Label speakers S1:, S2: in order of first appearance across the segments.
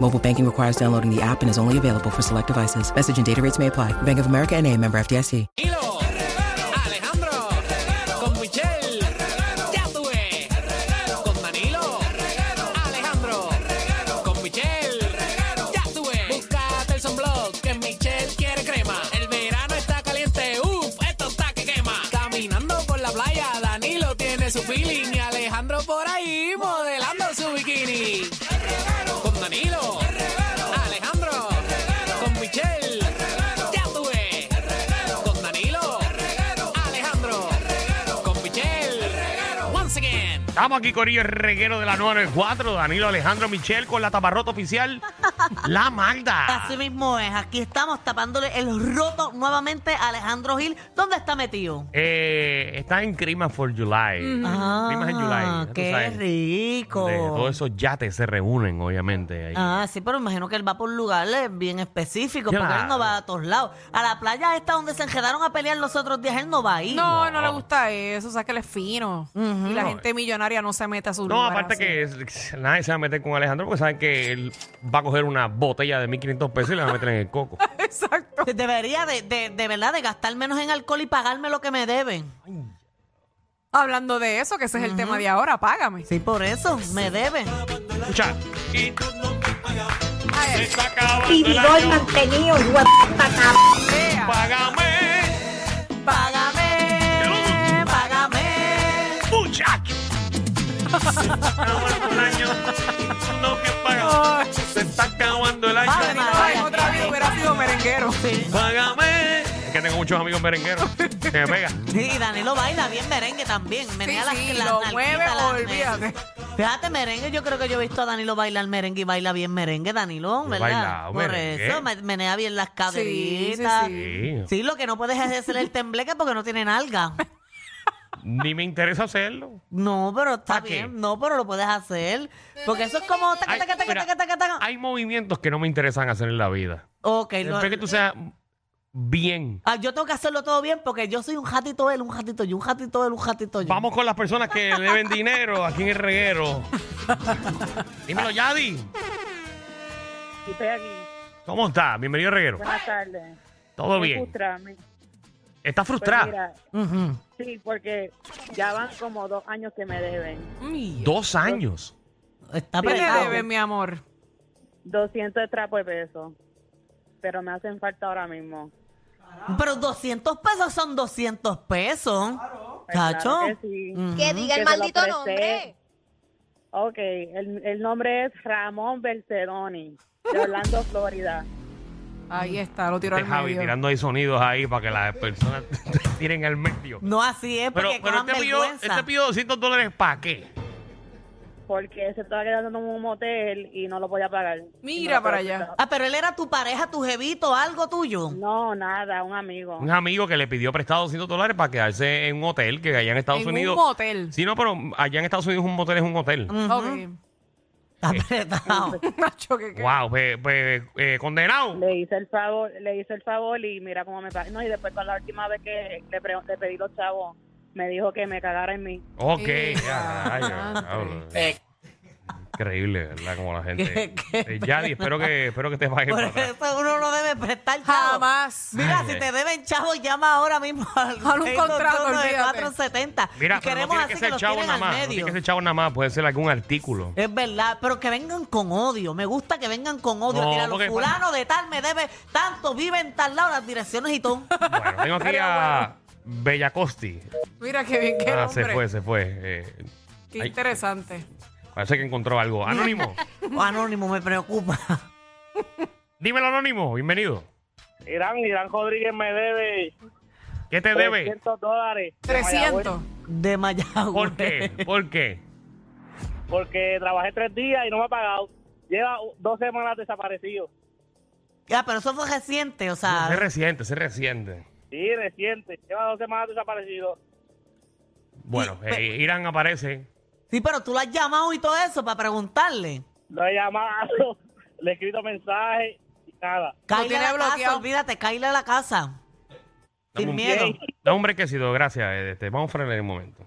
S1: Mobile banking requires downloading the app and is only available for select devices. Message and data rates may apply. Bank of America and a member FDIC.
S2: Danilo, Alejandro, con Michelle, ya tuve, con Danilo, Alejandro, con Michelle, ya tuve. Búscate el sunblock que Michelle quiere crema. El verano está caliente, uff, esto está que quema. Caminando por la playa, Danilo tiene su feeling y Alejandro por ahí modelando su bikini. Con Danilo, Alejandro, con Michelle, ya tuve con Danilo, Alejandro, con Michelle, once again.
S3: Estamos aquí, Corillo, el reguero de la 994, Danilo Alejandro Michel con la taparrota oficial, la Magda.
S4: Así mismo es, aquí estamos tapándole el roto nuevamente a Alejandro Gil. ¿Dónde está metido?
S3: Eh, está en Crimas for July.
S4: Mm.
S3: Crimas en July. ya tú
S4: Ah, qué
S3: sabes.
S4: rico.
S3: Donde todos esos yates se reúnen, obviamente. ahí.
S4: Ah, sí, pero imagino que él va por lugares bien específicos, porque
S3: Claro.
S4: él no va a todos lados. A la playa esta donde se enredaron a pelear los otros días, él no va a ir.
S5: No, no,
S3: No.
S5: le gusta eso, o sea que él es fino. Y la gente millonaria no se mete a su
S3: No, aparte que es- nadie se va a meter con Alejandro porque saben que él va a coger una botella de 1500 pesos y la va a meter en el coco.
S5: Exacto.
S4: Debería de, de, de verdad de gastar menos en alcohol y pagarme lo que me deben.
S5: Hablando de eso, que ese es el tema de ahora, págame.
S4: Sí, por eso, me deben.
S3: Escucha.
S5: Ay, ay,
S6: Vividor mantenido, hueputa cabrón.
S5: vea.
S3: Págame,
S4: Págame, págame.
S3: muchacho. No que
S5: Ay,
S3: Se está acabando el año.
S4: Págame.
S5: ay, otra vez hubiera sido merenguero.
S3: Págame. Es que tengo muchos amigos merengueros. Se me pega.
S4: Y Danilo baila bien merengue también. Menea las-
S5: sí,
S4: las
S5: lo mueve,
S4: nalguitas, las-
S5: olvídate.
S4: Fíjate, merengue, yo creo que yo he visto a Danilo bailar merengue y baila bien merengue, Danilo,
S3: Yo he
S4: ¿verdad?
S3: bailado
S4: Por
S3: merengue.
S4: eso, me- menea bien las
S5: Sí, sí,
S4: caderitas. Sí,
S5: sí.
S3: Sí.
S4: lo que no puedes es hacer el tembleque porque no tiene nalga.
S3: Ni me interesa hacerlo.
S4: No, pero está
S3: ¿Pa' qué?
S4: bien. No, pero lo puedes hacer. Porque eso es como... taca,
S3: Hay,
S4: taca, taca,
S3: mira,
S4: taca, taca, taca.
S3: hay movimientos que no me interesan hacer en la vida.
S4: Ok, no-
S3: Después que tú seas bien.
S4: ah, yo tengo que hacerlo todo bien porque yo soy un jatito él, un jatito yo, un jatito él, un jatito yo.
S3: Vamos con las personas que deben dinero aquí en el reguero. Dímelo, Yadi.
S7: Estoy aquí.
S3: ¿Cómo estás? Bienvenido, al reguero.
S7: Buenas tardes.
S3: ¿Todo
S7: Estoy
S3: bien?
S7: frustrada.
S3: ¿Estás
S7: Pues
S3: frustrada?
S7: mira,
S4: Ujú.
S7: sí, porque ya van como dos años que me deben.
S5: Ay,
S3: Dos años.
S4: Está
S5: ¿Qué le
S4: apretado.
S5: debe, mi amor?
S7: 200 extra por peso. Pero me hacen falta ahora mismo. Pues
S4: Pero 200 pesos son 200 pesos.
S7: Pues
S4: Chacho.
S7: claro que sí.
S8: Que diga el
S7: Que se lo
S8: maldito
S7: presté.
S8: nombre.
S7: Ok, el, el nombre es Ramón Berceroni, de Orlando, Florida.
S5: Ahí está, lo tiró
S3: Este
S5: al
S3: Javi
S5: medio.
S3: tirando ahí sonidos ahí para que las personas te tiren al medio.
S4: No así es,
S3: Pero,
S4: porque
S3: pero
S4: cojan
S3: este, pidió,
S4: vergüenza.
S3: este pidió 200 dólares para qué?
S7: Porque se estaba quedando en un motel y no lo podía pagar.
S5: Mira
S7: Y no lo
S5: para
S7: podía
S5: allá.
S7: pagar.
S4: Ah, pero él era tu pareja, tu jevito, algo tuyo.
S7: No, nada, un amigo.
S3: Un amigo que le pidió prestado 200 dólares para quedarse en un hotel que allá en Estados
S5: En
S3: Unidos.
S5: un motel.
S3: Sí, no, pero allá en Estados Unidos un motel es un hotel.
S4: Mm.
S5: Ok.
S4: Está apretado.
S5: Nacho, ¿qué, qué?
S3: Wow, pues, pues, eh, condenado.
S7: Le hice el favor, le hice el favor y mira cómo me pagó. No, y después para la última vez que le, pre- le pedí los chavos, me dijo que me cagara en mí.
S3: Ok.
S5: Eh,
S3: ya,
S4: Ah,
S3: ay, ya,
S5: madre.
S3: diablo. Eh. Increíble, ¿verdad? Como la gente.
S4: Qué- qué
S3: Eh, Yadi, espero que, espero que te vayas
S4: Por
S3: para atrás.
S4: eso uno no debe prestar chavo.
S5: Jamás.
S4: Mira,
S3: Ay,
S4: si
S3: ay.
S4: te deben chavo, llama ahora mismo al
S5: Haz un contrato,
S4: 470.
S3: Mira,
S4: y
S3: pero no
S4: queremos
S3: tiene
S4: así
S3: que
S4: que,
S3: ser
S4: los
S3: chavo
S4: tiren
S3: nada
S4: al
S3: más. No tiene
S4: medio.
S3: que ser chavo nada más. Puede ser algún artículo.
S4: Es verdad, pero que vengan con odio. Me gusta que vengan con odio.
S3: No,
S4: Mira, los
S3: porque-
S4: fulanos de tal me debe tanto, vive en tal lado, las direcciones y todo.
S3: Bueno, tengo aquí a Bellacosti.
S5: Mira qué bien que
S3: Ah,
S5: hombre.
S3: se fue, se fue. Eh,
S5: Qué
S3: Ay.
S5: interesante.
S3: Parece que encontró algo. Anónimo.
S4: O anónimo, me preocupa.
S3: Dímelo, Anónimo. Bienvenido.
S8: Irán, Irán Rodríguez me debe
S3: ¿Qué te debe?
S8: 300 dólares. de
S5: 300.
S8: Mayagüez,
S4: De Mayagüez.
S3: ¿Por qué? ¿Por qué?
S8: Porque trabajé tres días y no me ha pagado. Lleva dos semanas desaparecido.
S4: Ya, pero eso fue reciente, o
S3: Se
S4: sea.
S3: resiente, se resiente.
S8: Sí, reciente. Lleva dos semanas desaparecido.
S3: Bueno,
S4: Y-
S3: eh, Irán aparece.
S4: Sí, pero tú la has llamado y todo eso para preguntarle.
S8: Lo he llamado, le he escrito mensajes y nada.
S4: Caile
S5: tiene
S4: a la casa,
S5: bloqueado.
S4: olvídate, caile a la casa. Sin
S3: un
S4: miedo.
S3: No, hombre, que sido. Gracias. eh, este, Vamos a frenar un momento.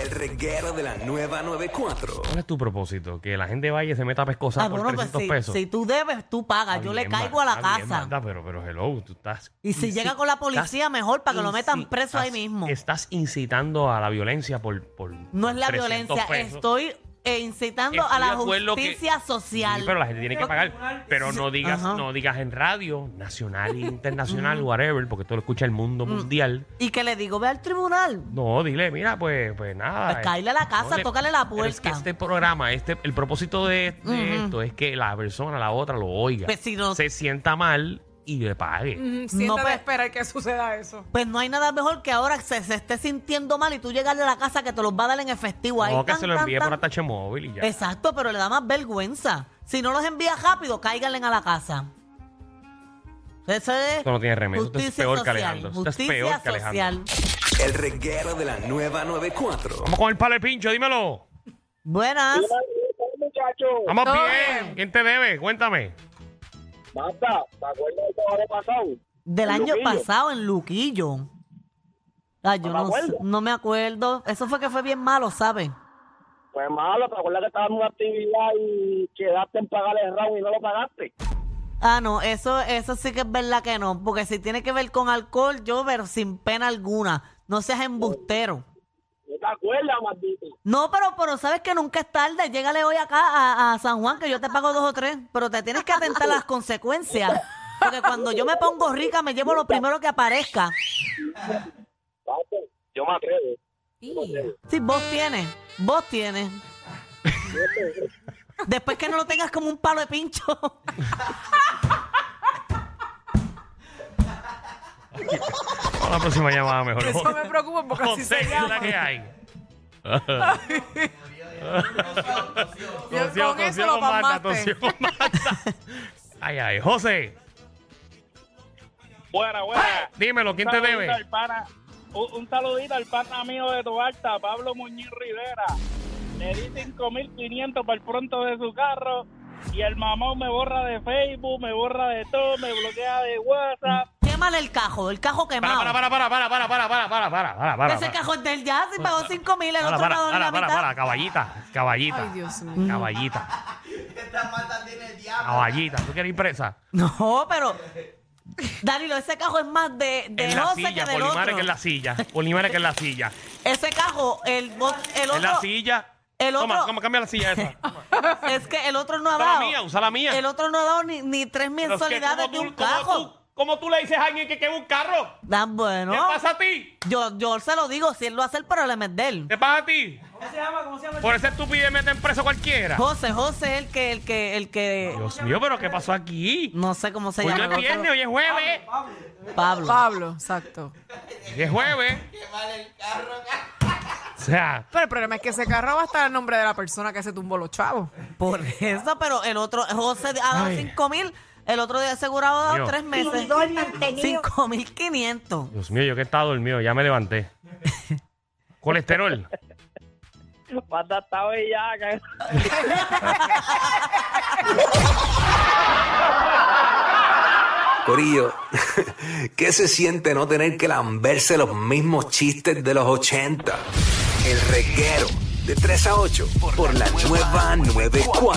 S2: El reguero de la nueva 94.
S3: ¿Cuál es tu propósito? Que la gente vaya y se meta a pescosar
S4: Ah,
S3: por
S4: bueno, pues
S3: 300
S4: si,
S3: pesos.
S4: si tú debes, tú pagas.
S3: Está
S4: Yo
S3: bien,
S4: le caigo a la
S3: Magda, está bien,
S4: casa.
S3: Magda, pero, pero hello, tú estás...
S4: Y si llega
S3: inci-
S4: con la policía,
S3: estás-
S4: mejor para que lo metan
S3: inci-
S4: preso ahí
S3: estás-
S4: mismo.
S3: Estás incitando a la violencia por... por
S4: No es la
S3: 300
S4: violencia,
S3: pesos.
S4: estoy eh, incitando
S3: Estoy
S4: a la
S3: de acuerdo que-
S4: justicia
S3: Sí,
S4: social.
S3: pero la gente tiene que pagar. Pero no digas,
S4: Ajá.
S3: no digas en radio, nacional, internacional, whatever, porque esto lo escucha el
S4: Mm.
S3: mundo mundial.
S4: Y que le digo, ve al tribunal.
S3: No, dile, mira, pues, pues nada.
S4: Pues
S3: eh,
S4: cáele a la casa,
S3: le-
S4: tócale la
S3: Pero es que
S4: puerta.
S3: este programa, este, el propósito de, de
S4: Ujú.
S3: esto es que la persona, la otra, lo oiga.
S4: Pues si no-
S3: Se sienta mal y le pague.
S5: Mm, Siéntate
S4: No,
S5: a
S4: pues-
S5: esperar que suceda eso.
S4: Pues no hay nada mejor que ahora se, se esté sintiendo mal y tú llegarle a la casa que te los va a dar en efectivo. Ahí,
S3: o que
S4: tan,
S3: se lo
S4: tan,
S3: envíe
S4: tan.
S3: por atache móvil y ya.
S4: Exacto, pero le da más vergüenza. Si no los envía rápido, cáiganle a la casa. Eso es
S3: Esto no tiene remedio. Esto es
S4: justicia
S3: peor que
S4: social.
S3: Alejandro. Esto es
S4: Justicia
S3: peor que Alejandro.
S4: social.
S2: El reguero de la nueva 94.
S3: Vamos con el palo de pincho, dímelo.
S4: Buenas.
S8: Muchacho,
S3: Vamos
S5: Todo
S3: bien.
S5: bien.
S3: ¿Quién te debe? Cuéntame.
S8: basta. ¿Te acuerdas de todo lo pasado?
S4: Del año
S8: Luquillo.
S4: pasado en Luquillo. Ay, yo
S8: No me
S4: no, sé,
S8: acuerdo.
S4: no me acuerdo. Eso fue que fue bien malo, ¿sabes?
S8: Pues malo, ¿te acuerdas que estaba en una actividad y quedaste en pagar el round y no lo pagaste?
S4: Ah, no, eso, eso sí que es verdad que no. Porque si tiene que ver con alcohol, yo, pero sin pena alguna. No
S8: Pues
S4: seas embustero.
S8: ¿No te acuerdas, maldito?
S4: No, pero, pero sabes que nunca es tarde. Llégale hoy acá a, a San Juan, que yo te pago dos o tres. Pero te tienes que atentar a las consecuencias. Porque cuando yo me pongo rica, me llevo lo primero que aparezca.
S8: Basta. Yo me atrevo.
S4: Sí, vos tienes, vos tienes. Después que no lo tengas como un palo de pincho.
S3: Vamos a la próxima llamada mejor.
S5: Eso me preocupa porque así
S3: José,
S5: se llama.
S3: la que hay.
S5: Yo
S3: Tosió,
S5: con eso
S3: tosió
S5: lo
S3: con Magda,
S5: palmaste.
S3: tosió con Magda. Ay, ay. José,
S8: Buena, buena.
S3: dímelo, ¿quién te
S8: saludito
S3: debe?
S8: al pana- un, un saludito al pana mío de Tobalta, Pablo Muñiz Rivera. Le di 5.500 para el pronto de su carro y el mamón me borra de Facebook, me borra de todo, me bloquea de WhatsApp.
S4: Quémale el cajo, el cajo
S3: Para,
S4: quemado.
S3: para, para, para, para, para, para, para, para, para, para, para.
S4: Ese
S3: para.
S4: cajo es del jazz y pagó cinco mil, el
S3: Para,
S4: otro
S3: para,
S4: pagó la
S3: para, para,
S4: mitad.
S3: para, caballita, caballita.
S5: Ay, Dios mío.
S3: Caballita. Caballita, ¿tú quieres ir presa?
S4: No, pero. Danilo, ese cajo es más de, de
S3: en la
S4: José
S3: silla,
S4: que del
S3: Polimares
S4: otro.
S3: que en la silla. Polimares que en la silla.
S4: Ese cajo, el, bo- el
S3: En la
S4: otro.
S3: silla.
S4: el
S3: Toma,
S4: otro-
S3: toma, cambia la silla esa.
S4: Es que el otro no ha
S3: Usa la
S4: dado.
S3: mía, usa la mía.
S4: El otro no ha dado ni, ni tres
S3: Pero es que
S4: mensualidades
S3: ¿cómo
S4: de un
S3: tú- cómo tú-
S4: cajo.
S3: ¿Cómo tú le dices a alguien que quema un carro?
S4: Tan bueno.
S3: ¿Qué pasa a ti?
S4: Yo, yo se lo digo, si él lo hace, el problema es de él.
S3: ¿Qué pasa a ti? Por esa estupidez meten preso a cualquiera.
S4: José, José es el que, el que, el que,
S3: Dios mío, pero ¿qué pasó aquí?
S4: no sé cómo se
S3: Hoy Pues no
S4: llama.
S3: es viernes, hoy es jueves.
S4: Pablo.
S5: Pablo, exacto.
S3: Hoy es jueves. O sea,
S5: Pero el problema es que ese carro va a estar el nombre de la persona que se tumbó los chavos.
S4: Por eso, pero el otro, José ha dado
S3: Ay.
S4: 5 mil, el otro día asegurado ha dado
S3: Dios.
S4: tres meses.
S6: Vividor mantenido.
S4: 5 mil 500.
S3: Dios mío, yo que estaba dormido, ya me levanté. Colesterol.
S8: Basta, está bellaca.
S2: Corillo, ¿qué se siente no tener que lamberse los mismos chistes de los 80? El reguero de 3 a 8 por la nueva 94.